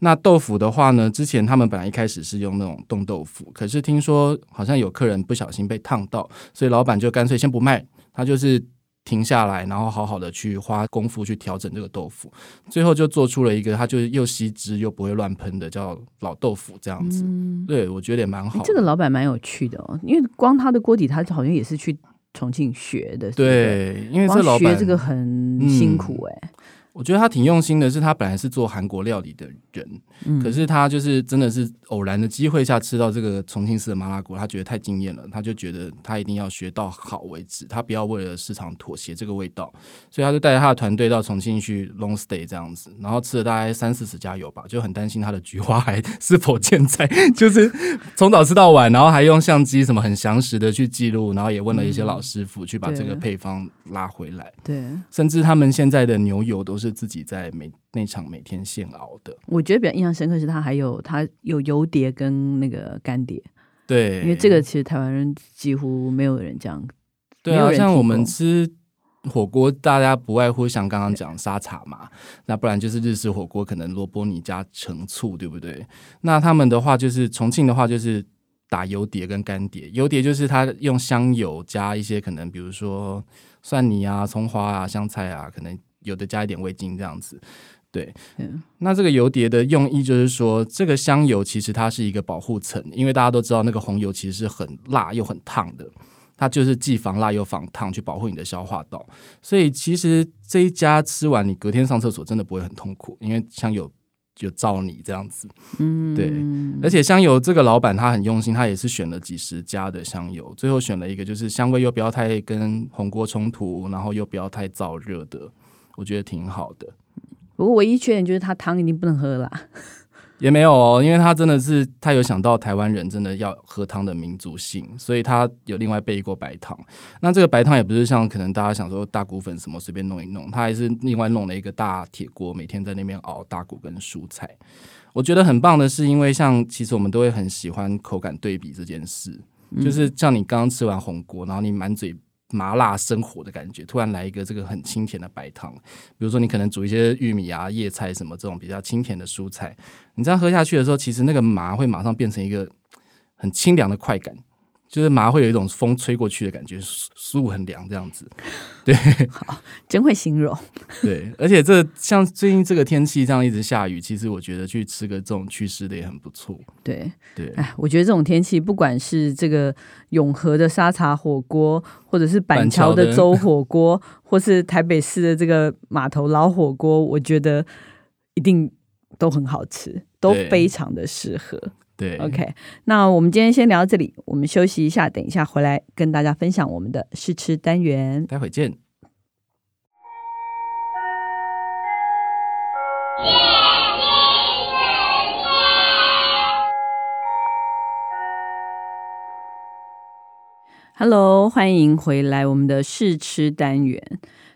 Speaker 3: 那豆腐的话呢，之前他们本来一开始是用那种冻豆腐，可是听说好像有客人不小心被烫到，所以老板就干脆先不卖，他就是停下来，然后好好的去花功夫去调整这个豆腐，最后就做出了一个它就是又吸汁又不会乱喷的叫老豆腐这样子。对，我觉得也蛮好
Speaker 2: 嗯诶
Speaker 3: 的。
Speaker 2: 这个老板蛮有趣的哦，因为光他的锅底，他好像也是去重庆学的。对
Speaker 3: 对，因为
Speaker 2: 不对，
Speaker 3: 这
Speaker 2: 光
Speaker 3: 老
Speaker 2: 学
Speaker 3: 板嗯
Speaker 2: 这个很辛苦哎、
Speaker 3: 我觉得他挺用心的，是他本来是做韩国料理的人，可是他就是真的是偶然的机会下吃到这个重庆式的麻辣锅，他觉得太惊艳了，他就觉得他一定要学到好为止，他不要为了市场妥协这个味道，所以他就带着他的团队到重庆去 long stay 这样子，然后吃了大概三四十家有吧，就很担心他的菊花还 是否健在，就是从早吃到晚，然后还用相机什么很详实的去记录，然后也问了一些老师傅去把这个
Speaker 2: 对
Speaker 3: 配方拉回来。
Speaker 2: 对，
Speaker 3: 甚至他们现在的牛油都是自己在每那场每天现熬的。
Speaker 2: 我觉得比较印象深刻是它还有它有油碟跟那个干碟，
Speaker 3: 对，
Speaker 2: 因为这个其实台湾人几乎没有人这样。
Speaker 3: 对
Speaker 2: 没有
Speaker 3: 啊，
Speaker 2: 人
Speaker 3: 像
Speaker 2: 提
Speaker 3: 我们
Speaker 2: 过
Speaker 3: 吃火锅，大家不外乎像刚刚讲沙茶嘛，那不然就是日式火锅，可能萝卜泥加橙醋，对不对？那他们的话就是重庆的话就是。打油碟跟干碟，油碟就是它用香油加一些可能，比如说蒜泥啊、葱花啊、香菜啊，可能有的加一点味精这样子。对，
Speaker 2: 嗯
Speaker 3: 那这个油碟的用意就是说，这个香油其实它是一个保护层，因为大家都知道那个红油其实是很辣又很烫的，它就是既防辣又防烫，去保护你的消化道。所以其实这一家吃完，你隔天上厕所真的不会很痛苦，因为香油就照你这样子。
Speaker 2: 嗯，
Speaker 3: 对而且香油这个老板他很用心，他也是选了几十家的香油，最后选了一个就是香味又不要太跟红锅冲突，然后又不要太燥热的，我觉得挺好的。
Speaker 2: 不过唯一缺点就是它汤一定不能喝啦。
Speaker 3: 也没有哦，因为他真的是他有想到台湾人真的要喝汤的民族性，所以他有另外备一锅白糖。那这个白糖也不是像可能大家想说大骨粉什么随便弄一弄，他还是另外弄了一个大铁锅，每天在那边熬大骨跟蔬菜。我觉得很棒的是，因为像其实我们都会很喜欢口感对比这件事，就是像你刚刚吃完红锅，然后你满嘴。麻辣生火的感觉，突然来一个这个很清甜的白汤，比如说你可能煮一些玉米啊、叶菜什么这种比较清甜的蔬菜，你这样喝下去的时候，其实那个麻会马上变成一个很清凉的快感，就是麻会有一种风吹过去的感觉，酥酥很凉这样 子。
Speaker 2: 真会形容。
Speaker 3: 对，而且这像最近这个天气这样一直下雨，其实我觉得去吃个这种祛湿的也很不错。
Speaker 2: 对，
Speaker 3: 对，
Speaker 2: 哎，我觉得这种天气，不管是这个永和的沙茶火锅，或者是板桥
Speaker 3: 板桥
Speaker 2: 的
Speaker 3: 的
Speaker 2: 粥火锅，或是台北市的这个码头老火锅，我觉得一定都很好吃，都
Speaker 3: 对
Speaker 2: 非常的适合。
Speaker 3: 对
Speaker 2: OK，那我们今天先聊到这里，我们休息一下，等一下回来跟大家分享我们的试吃单元。
Speaker 3: 待会见。
Speaker 2: Hello，欢迎回来我们的试吃单元。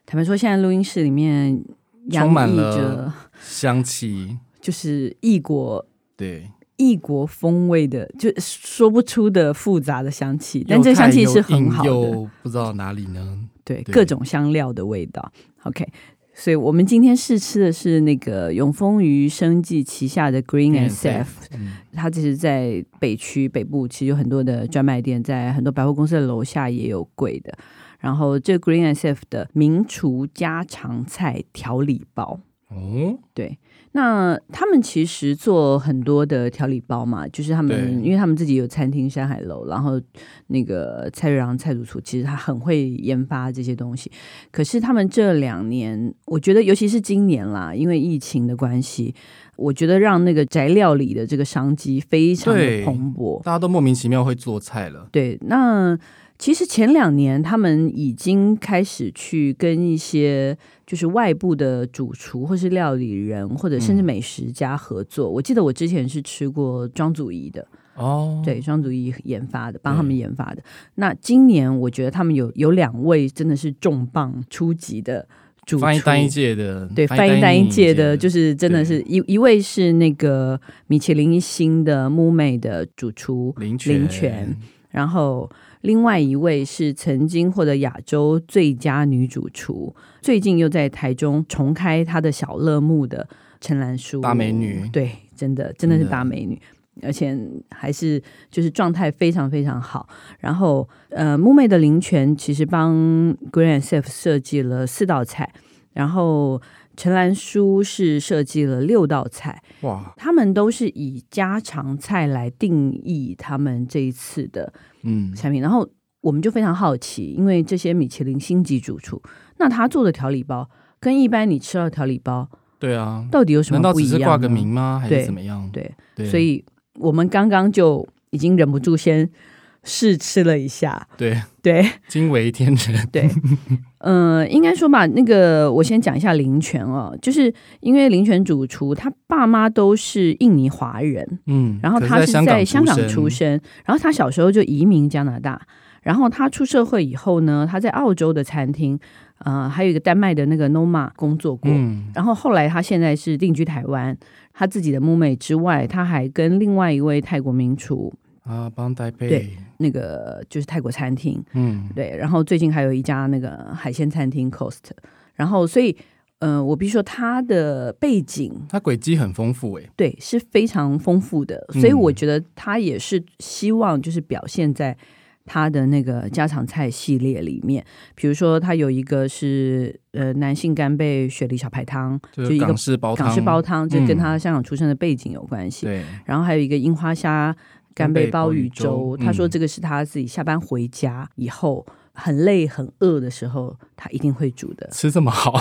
Speaker 2: 坦白说，现在录音室里面洋
Speaker 3: 充满
Speaker 2: 溢
Speaker 3: 了
Speaker 2: 着
Speaker 3: 香气，
Speaker 2: 就是异国
Speaker 3: 对，
Speaker 2: 异国风味的，就说不出的复杂的香气，但
Speaker 3: 又
Speaker 2: 这个香
Speaker 3: 太
Speaker 2: 气
Speaker 3: 又
Speaker 2: 是很
Speaker 3: 硬
Speaker 2: 好的。
Speaker 3: 又不知道哪里呢。
Speaker 2: 对，
Speaker 3: 对
Speaker 2: 各种香料的味道。OK，所以我们今天试吃的是那个永丰余生记旗下的 Green
Speaker 3: Green
Speaker 2: and
Speaker 3: and Safe
Speaker 2: Safe，它其实，在北区北部其实有很多的专卖店，在很多百货公司的楼下也有柜的。然后这个 Green and Safe 的名厨家常菜调理包，
Speaker 3: 哦，
Speaker 2: 对，那他们其实做很多的调理包嘛，就是他们，
Speaker 3: 对
Speaker 2: 因为他们自己有餐厅山海楼，然后那个蔡瑞阳蔡主厨其实他很会研发这些东西。可是他们这两年，我觉得尤其是今年啦，因为疫情的关系，我觉得让那个宅料理的这个商机非常的
Speaker 3: 对
Speaker 2: 蓬勃。
Speaker 3: 大家都莫名其妙会做菜了。
Speaker 2: 对，那其实前两年他们已经开始去跟一些就是外部的主厨或是料理人，或者
Speaker 3: 嗯
Speaker 2: 甚至美食家合作。我记得我之前是吃过庄祖仪的，
Speaker 3: 哦，
Speaker 2: 对，庄祖仪研发的，帮他们研发的。那今年我觉得他们有有两位真的是重磅出级的主厨。
Speaker 3: 翻译单一界的，
Speaker 2: 对，翻译单
Speaker 3: 一
Speaker 2: 一界的就是是真的是一一位是那个米其林一星的木美的主厨
Speaker 3: 林
Speaker 2: 林泉，然后另外一位是曾经获得亚洲最佳女主厨，最近又在台中重开她的小乐木的陈兰淑，
Speaker 3: 大美女嗯
Speaker 2: 对，真的真的是
Speaker 3: 真的
Speaker 2: 大美女。而且还是就是状态非常非常好，然后呃，木妹的林泉其实帮 Green and Safe 设计了四道菜，然后陈兰淑是设计了六道菜，
Speaker 3: 哇，
Speaker 2: 他们都是以家常菜来定义他们这一次的
Speaker 3: 嗯，
Speaker 2: 产品，然后我们就非常好奇，因为这些米其林星级主厨，那他做的调理包跟一般你吃到的调理包
Speaker 3: 对啊，
Speaker 2: 到底有什
Speaker 3: 难
Speaker 2: 么
Speaker 3: 道
Speaker 2: 不一
Speaker 3: 只
Speaker 2: 样？
Speaker 3: 是挂个名？吗？还
Speaker 2: 对
Speaker 3: 是怎么样？
Speaker 2: 对，
Speaker 3: 对，
Speaker 2: 所以我们刚刚就已经忍不住先试吃了一下，
Speaker 3: 对
Speaker 2: 对，
Speaker 3: 惊为天人，
Speaker 2: 对，呃，应该说吧，那个我先讲一下林泉哦，就是因为林泉主厨他爸妈都是印尼华人，
Speaker 3: 嗯，
Speaker 2: 然后
Speaker 3: 可
Speaker 2: 他是在香港出
Speaker 3: 出生，
Speaker 2: 生，然后他小时候就移民加拿大，然后他出社会以后呢，他在澳洲的餐厅，呃，还有一个丹麦的那个 Noma 工作过，
Speaker 3: 嗯，
Speaker 2: 然后后来他现在是定居台湾，他自己的木妹之外，他还跟另外一位泰国名厨，
Speaker 3: 啊，帮台北
Speaker 2: 对，那个就是泰国餐厅，
Speaker 3: 嗯，
Speaker 2: 对，然后最近还有一家那个海鲜餐厅 Coast，然后所以，呃，我必须说他的背景
Speaker 3: 他轨迹很丰富诶，
Speaker 2: 对是非常丰富的，所以
Speaker 3: 嗯
Speaker 2: 我觉得他也是希望就是表现在他的那个家常菜系列里面，比如说他有一个是呃男性干贝雪梨小排汤，
Speaker 3: 就
Speaker 2: 就是一个
Speaker 3: 港式煲汤，
Speaker 2: 港式煲汤，这跟
Speaker 3: 嗯
Speaker 2: 他香港出生的背景有关系。
Speaker 3: 对，
Speaker 2: 然后还有一个樱花虾干贝鲍鱼粥
Speaker 3: 干贝鲍鱼粥，
Speaker 2: 他说
Speaker 3: 嗯
Speaker 2: 这个是他自己下班回家以后很累很饿的时候，他一定会煮的。
Speaker 3: 吃这么好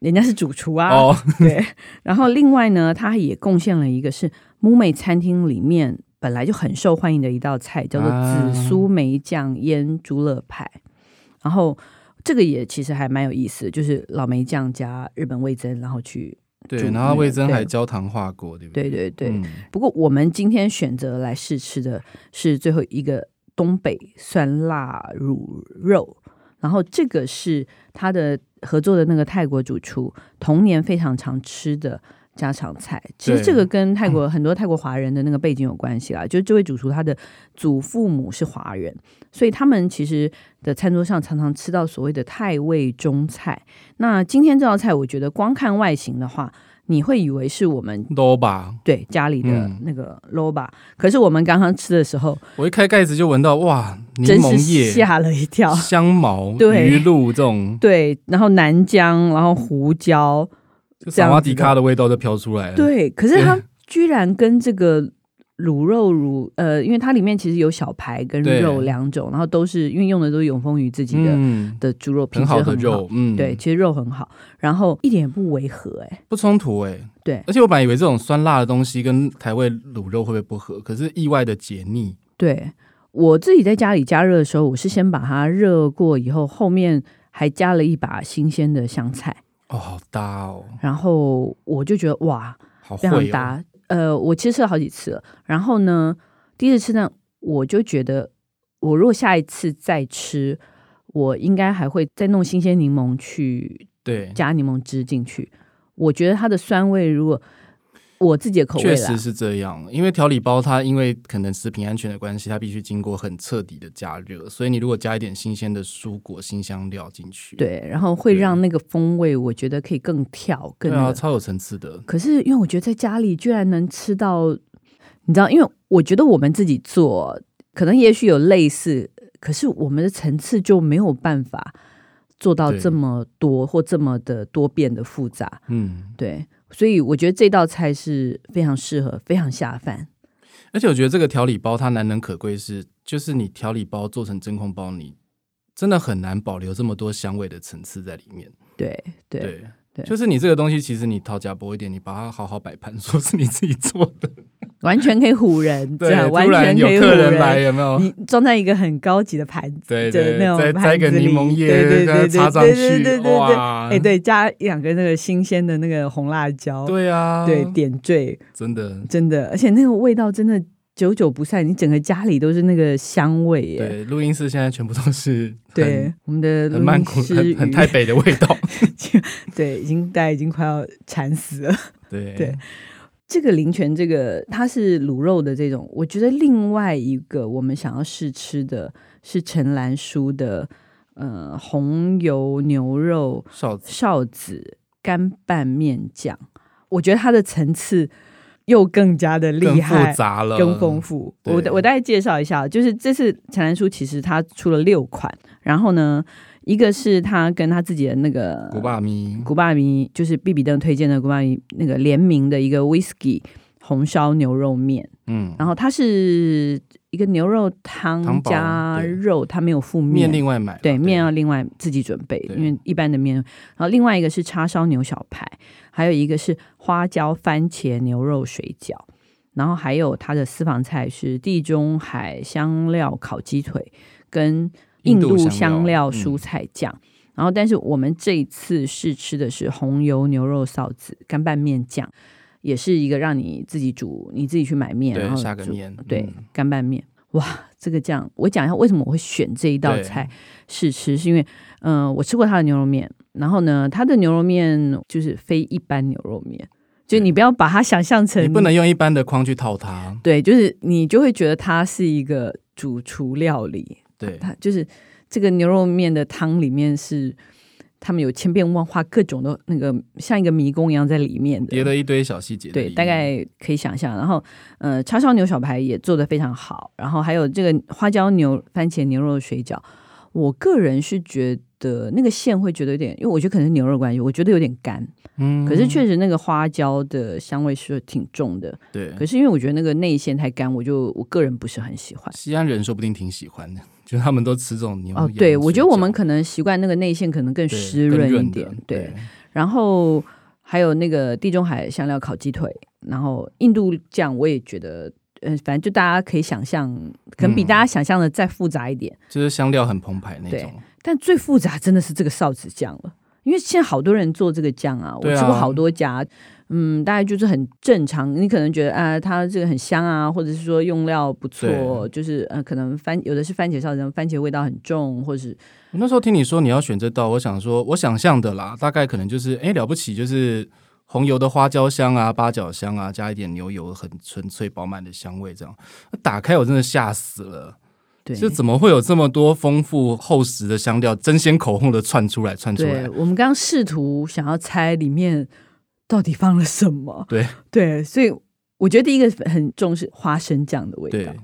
Speaker 2: 人家是主厨啊，
Speaker 3: 哦，
Speaker 2: 对。然后另外呢，他也贡献了一个是木美餐厅里面本来就很受欢迎的一道菜，叫做
Speaker 3: 啊
Speaker 2: 紫苏梅酱腌猪肋排。然后这个也其实还蛮有意思的，就是老梅酱加日本味增，然后去
Speaker 3: 对，
Speaker 2: 煮
Speaker 3: 然后
Speaker 2: 面
Speaker 3: 味增
Speaker 2: 对
Speaker 3: 还焦糖化过，对不
Speaker 2: 对
Speaker 3: 对？
Speaker 2: 对对，
Speaker 3: 嗯
Speaker 2: 不过我们今天选择来试吃的是最后一个东北酸辣乳肉，然后这个是他的合作的那个泰国主厨童年非常常吃的。家常菜，其实
Speaker 3: 对
Speaker 2: 这个跟泰国很多泰国华人的那个背景有关系啦。就是这位主厨他的祖父母是华人，所以他们其实的餐桌上常常吃到所谓的泰味中菜。那今天这道菜，我觉得光看外形的话，你会以为是我们
Speaker 3: 都吧，
Speaker 2: 对家里的
Speaker 3: 嗯
Speaker 2: 那个 loba，、可是我们刚刚吃的时候，
Speaker 3: 我一开盖子就闻到哇，柠
Speaker 2: 真
Speaker 3: 檬
Speaker 2: 是
Speaker 3: 叶、
Speaker 2: 吓了一 跳。
Speaker 3: 香茅、
Speaker 2: 对
Speaker 3: 鱼露这种，
Speaker 2: 对，然后南姜，然后胡椒，
Speaker 3: 就
Speaker 2: 这样
Speaker 3: 萨
Speaker 2: 子
Speaker 3: 瓦迪卡的味道就飘出来了。，
Speaker 2: 对，可是它
Speaker 3: 对
Speaker 2: 居然跟这个卤肉乳，呃，因为它里面其实有小排跟
Speaker 3: 对
Speaker 2: 肉两种，然后都是因为用的都是永丰鱼自己的、
Speaker 3: 嗯，
Speaker 2: 的猪肉，品
Speaker 3: 很
Speaker 2: 质
Speaker 3: 好的
Speaker 2: 很
Speaker 3: 肉，嗯，
Speaker 2: 对，，其实肉很好，然后一点也不违和、哎，
Speaker 3: 不冲突哎、
Speaker 2: 对
Speaker 3: 而且我本来以为这种酸辣的东西跟台味卤肉会不会不合，可是意外的解腻。
Speaker 2: 对我自己在家里加热的时候，我是先把它热过以后，后面还加了一把新鲜的香菜。
Speaker 3: 哦，好搭哦，
Speaker 2: 然后我就觉得哇，
Speaker 3: 好
Speaker 2: 非常
Speaker 3: 会哦，
Speaker 2: 搭。呃，我其实吃了好几次了，然后呢，第一次吃呢，我就觉得我如果下一次再吃，我应该还会再弄新鲜柠檬去
Speaker 3: 对，
Speaker 2: 加柠檬汁进去。我觉得它的酸味如果我自己的口味
Speaker 3: 确
Speaker 2: 啦
Speaker 3: 实。是这样，因为调理包它因为可能食品安全的关系，它必须经过很彻底的加热，所以你如果加一点新鲜的蔬果、新香料进去，
Speaker 2: 对，然后会让那个风味，我觉得可以更跳，更
Speaker 3: 对
Speaker 2: 那
Speaker 3: 啊，
Speaker 2: 个
Speaker 3: 超有层次的。
Speaker 2: 可是因为我觉得在家里居然能吃到，你知道，因为我觉得我们自己做，可能也许有类似，可是我们的层次就没有办法做到
Speaker 3: 对
Speaker 2: 这么多或这么的多变的复杂，
Speaker 3: 嗯，
Speaker 2: 对。所以我觉得这道菜是非常适合，非常下饭。
Speaker 3: 而且我觉得这个调理包它难能可贵是，就是你调理包做成真空包，你真的很难保留这么多香味的层次在里面。
Speaker 2: 对对
Speaker 3: 对。
Speaker 2: 对
Speaker 3: 就是你这个东西，其实你掏假薄一点，你把它好好摆盘， 说是你自己做的，
Speaker 2: 完全可以唬人，
Speaker 3: 对
Speaker 2: 这样，完
Speaker 3: 突然
Speaker 2: 全
Speaker 3: 有
Speaker 2: 可以唬
Speaker 3: 客人来，哦有没有？
Speaker 2: 你装在一个很高级的盘子，
Speaker 3: 对
Speaker 2: 的
Speaker 3: 对，
Speaker 2: 那种
Speaker 3: 再
Speaker 2: 盘
Speaker 3: 摘个
Speaker 2: 子
Speaker 3: 柠檬
Speaker 2: 里
Speaker 3: 叶，
Speaker 2: 对对
Speaker 3: 给它
Speaker 2: 对对
Speaker 3: 插上
Speaker 2: 对对对对
Speaker 3: 去，
Speaker 2: 对
Speaker 3: 哇！
Speaker 2: 哎，对，加两个那个新鲜的那个红辣椒，
Speaker 3: 对啊，
Speaker 2: 对，点缀，
Speaker 3: 真的，
Speaker 2: 真的，而且那个味道真的久久不散，你整个家里都是那个香味耶。
Speaker 3: 对，录音室现在全部都是
Speaker 2: 对，
Speaker 3: 很
Speaker 2: 我们的
Speaker 3: 很
Speaker 2: 录
Speaker 3: 曼
Speaker 2: 音
Speaker 3: 谷、
Speaker 2: 师
Speaker 3: 很很
Speaker 2: 语
Speaker 3: 台北的味道。
Speaker 2: 对，已经大家已经快要馋死了。
Speaker 3: 对
Speaker 2: 对这个林泉，这个它是卤肉的这种，我觉得另外一个我们想要试吃的是陈兰书的呃红油牛肉
Speaker 3: 哨子
Speaker 2: 臊子干拌面酱，我觉得它的层次又更加的
Speaker 3: 更
Speaker 2: 厉
Speaker 3: 复
Speaker 2: 害。
Speaker 3: 杂了，
Speaker 2: 更丰富，
Speaker 3: 对
Speaker 2: 我我大概介绍一下，就是这次陈兰书其实它出了六款，然后呢，一个是他跟他自己的那个
Speaker 3: 古巴咪，
Speaker 2: 古巴米就是比比登推荐的古巴米那个联名的一个 whisky 红烧牛肉面，
Speaker 3: 嗯，
Speaker 2: 然后它是一个牛肉汤
Speaker 3: 汤包
Speaker 2: 加
Speaker 3: 对
Speaker 2: 肉，它没有附
Speaker 3: 面另外买了，
Speaker 2: 对面要另外自己准备，
Speaker 3: 对
Speaker 2: 因为一般的面。然后另外一个是叉烧牛小排，还有一个是花椒番茄牛肉水饺，然后还有它的私房菜是地中海香料烤鸡腿跟印度香料蔬
Speaker 3: 嗯
Speaker 2: 菜酱。然后，但是我们这一次试吃的是红油牛肉臊子干拌面酱，也是一个让你自己煮，你自己去买面，然
Speaker 3: 对，
Speaker 2: 后
Speaker 3: 下个
Speaker 2: 煮
Speaker 3: 面，
Speaker 2: 对，
Speaker 3: 嗯
Speaker 2: 干拌面。哇，这个酱，我讲一下为什么我会选这一道
Speaker 3: 对
Speaker 2: 菜试吃，是因为，嗯、我吃过它的牛肉面，然后呢，它的牛肉面就是非一般牛肉面，就
Speaker 3: 对
Speaker 2: 你不要把它想象成，
Speaker 3: 你不能用一般的框去套它，
Speaker 2: 对，就是你就会觉得它是一个主厨料理，
Speaker 3: 对，
Speaker 2: 它就是这个牛肉面的汤里面是他们有千变万化各种的那个像一个迷宫一样在里面的，
Speaker 3: 叠了一堆小细节在里
Speaker 2: 对，
Speaker 3: 面，
Speaker 2: 大概可以想象。然后，呃，叉烧牛小排也做得非常好，然后还有这个花椒牛番茄牛肉水饺，我个人是觉得那个馅会觉得有点，因为我觉得可能是牛肉的关系，我觉得有点干，
Speaker 3: 嗯，
Speaker 2: 可是确实那个花椒的香味是挺重的。
Speaker 3: 对，
Speaker 2: 可是因为我觉得那个内馅太干，我就我个人不是很喜欢。
Speaker 3: 西安人说不定挺喜欢的， 就是他们都吃这种牛
Speaker 2: 哦
Speaker 3: 羊，
Speaker 2: 对，我觉得我
Speaker 3: 水饺
Speaker 2: 们可能习惯那个内馅可能更
Speaker 3: 对
Speaker 2: 湿
Speaker 3: 更
Speaker 2: 润一
Speaker 3: 的
Speaker 2: 点，对。然后还有那个地中海香料烤鸡腿，然后印度酱我也觉得，呃，反正就大家可以想象，可能比
Speaker 3: 嗯
Speaker 2: 大家想象的再复杂一点，
Speaker 3: 就是香料很澎湃那
Speaker 2: 对
Speaker 3: 种。
Speaker 2: 但最复杂真的是这个臊子酱了。因为现在好多人做这个酱啊，我
Speaker 3: 对啊
Speaker 2: 吃过好多家，嗯，大概就是很正常。你可能觉得啊、它这个很香啊，或者是说用料不错，
Speaker 3: 对
Speaker 2: 就是呃，可能番有的是番茄烧子，番茄味道很重，或者是
Speaker 3: 我那时候听你说你要选这道，我想说，我想象的啦，大概可能就是，哎、了不起就是红油的花椒香啊、八角香啊，加一点牛油，很纯粹饱满的香味这样。打开我真的吓死了，
Speaker 2: 对，
Speaker 3: 就怎么会有这么多丰富厚实的香料争先恐后的窜出来、窜出来
Speaker 2: 对，？我们刚刚试图想要猜里面到底放了什么。
Speaker 3: 对
Speaker 2: 对，所以我觉得第一个很重视花生酱的味道
Speaker 3: 对，，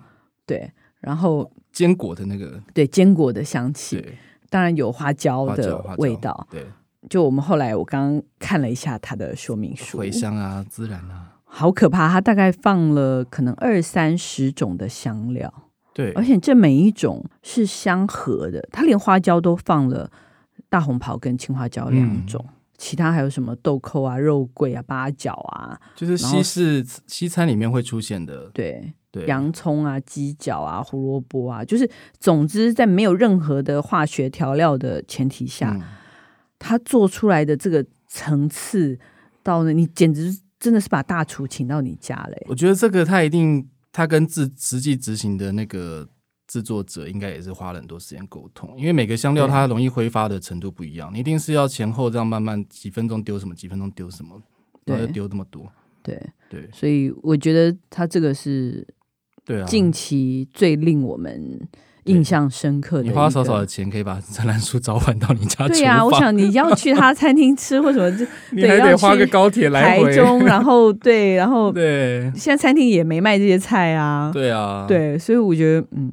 Speaker 2: 对然后
Speaker 3: 坚果的那个，
Speaker 2: 对坚果的香气，
Speaker 3: 对，
Speaker 2: 当然有花椒
Speaker 3: 花椒
Speaker 2: 的
Speaker 3: 花椒
Speaker 2: 味道。
Speaker 3: 对，
Speaker 2: 就我们后来我刚刚看了一下它的说明书，
Speaker 3: 茴香啊、孜然啊，
Speaker 2: 好可怕，它大概放了可能二三十种的香料，
Speaker 3: 对，
Speaker 2: 而且这每一种是相合的，它连花椒都放了大红袍跟青花椒两
Speaker 3: 嗯
Speaker 2: 种。其他还有什么豆蔻啊、肉桂啊、八角啊，
Speaker 3: 就是
Speaker 2: 然后
Speaker 3: 西式西餐里面会出现的，
Speaker 2: 对，
Speaker 3: 对，
Speaker 2: 洋葱啊、鸡脚啊、胡萝卜啊，就是总之在没有任何的化学调料的前提下，
Speaker 3: 嗯
Speaker 2: 它做出来的这个层次到呢，你简直真的是把大厨请到你家嘞、
Speaker 3: 我觉得这个他一定，他跟制实际执行的那个制作者应该也是花了很多时间沟通，因为每个香料
Speaker 2: 对
Speaker 3: 它容易挥发的程度不一样，你一定是要前后这样慢慢几分钟丢什么，几分钟丢什么，然后
Speaker 2: 对
Speaker 3: 又丢这么多，
Speaker 2: 对，
Speaker 3: 对
Speaker 2: 所以我觉得他这个是
Speaker 3: 对啊，
Speaker 2: 近期最令我们印象深刻的一
Speaker 3: 你
Speaker 2: 个。
Speaker 3: 花少少的钱可以把 橄榄树找还到你家
Speaker 2: 对
Speaker 3: 啊厨
Speaker 2: 呀、
Speaker 3: 房，
Speaker 2: 我想你要去他餐厅吃或什么，就
Speaker 3: 你
Speaker 2: 对
Speaker 3: 还
Speaker 2: 要
Speaker 3: 得花
Speaker 2: 去
Speaker 3: 个高铁 来
Speaker 2: 台
Speaker 3: 回，
Speaker 2: 中，然后对，然后
Speaker 3: 对
Speaker 2: 现在餐厅也没卖这些菜啊，
Speaker 3: 对啊，，
Speaker 2: 对，所以我觉得嗯，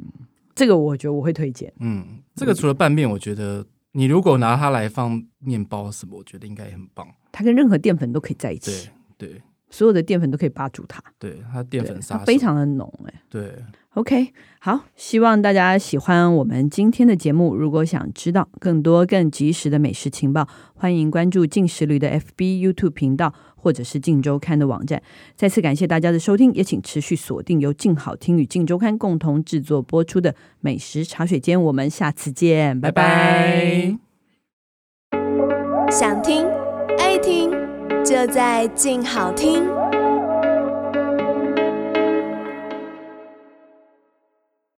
Speaker 2: 这个我觉得我会推荐，
Speaker 3: 嗯，这个除了拌面，我觉得你如果拿它来放面包什么，我觉得应该也很棒。
Speaker 2: 它跟任何淀粉都可以在一
Speaker 3: 对
Speaker 2: 起，
Speaker 3: 对
Speaker 2: 所有的淀粉都可以扒住它，
Speaker 3: 对，它淀
Speaker 2: 对
Speaker 3: 粉
Speaker 2: 它
Speaker 3: 杀手
Speaker 2: 非常的浓哎、
Speaker 3: 对，
Speaker 2: OK，好，希望大家喜欢我们今天的节目。如果想知道更多更及时的美食情报，欢迎关注进食旅的 FB、YouTube 频道，或者是静周刊的网站。再次感谢大家的收听，也请持续锁定由静好听与静周刊共同制作播出的美食茶水间。我们下次见，拜拜。
Speaker 3: 拜
Speaker 4: 想听爱听，就在静好听。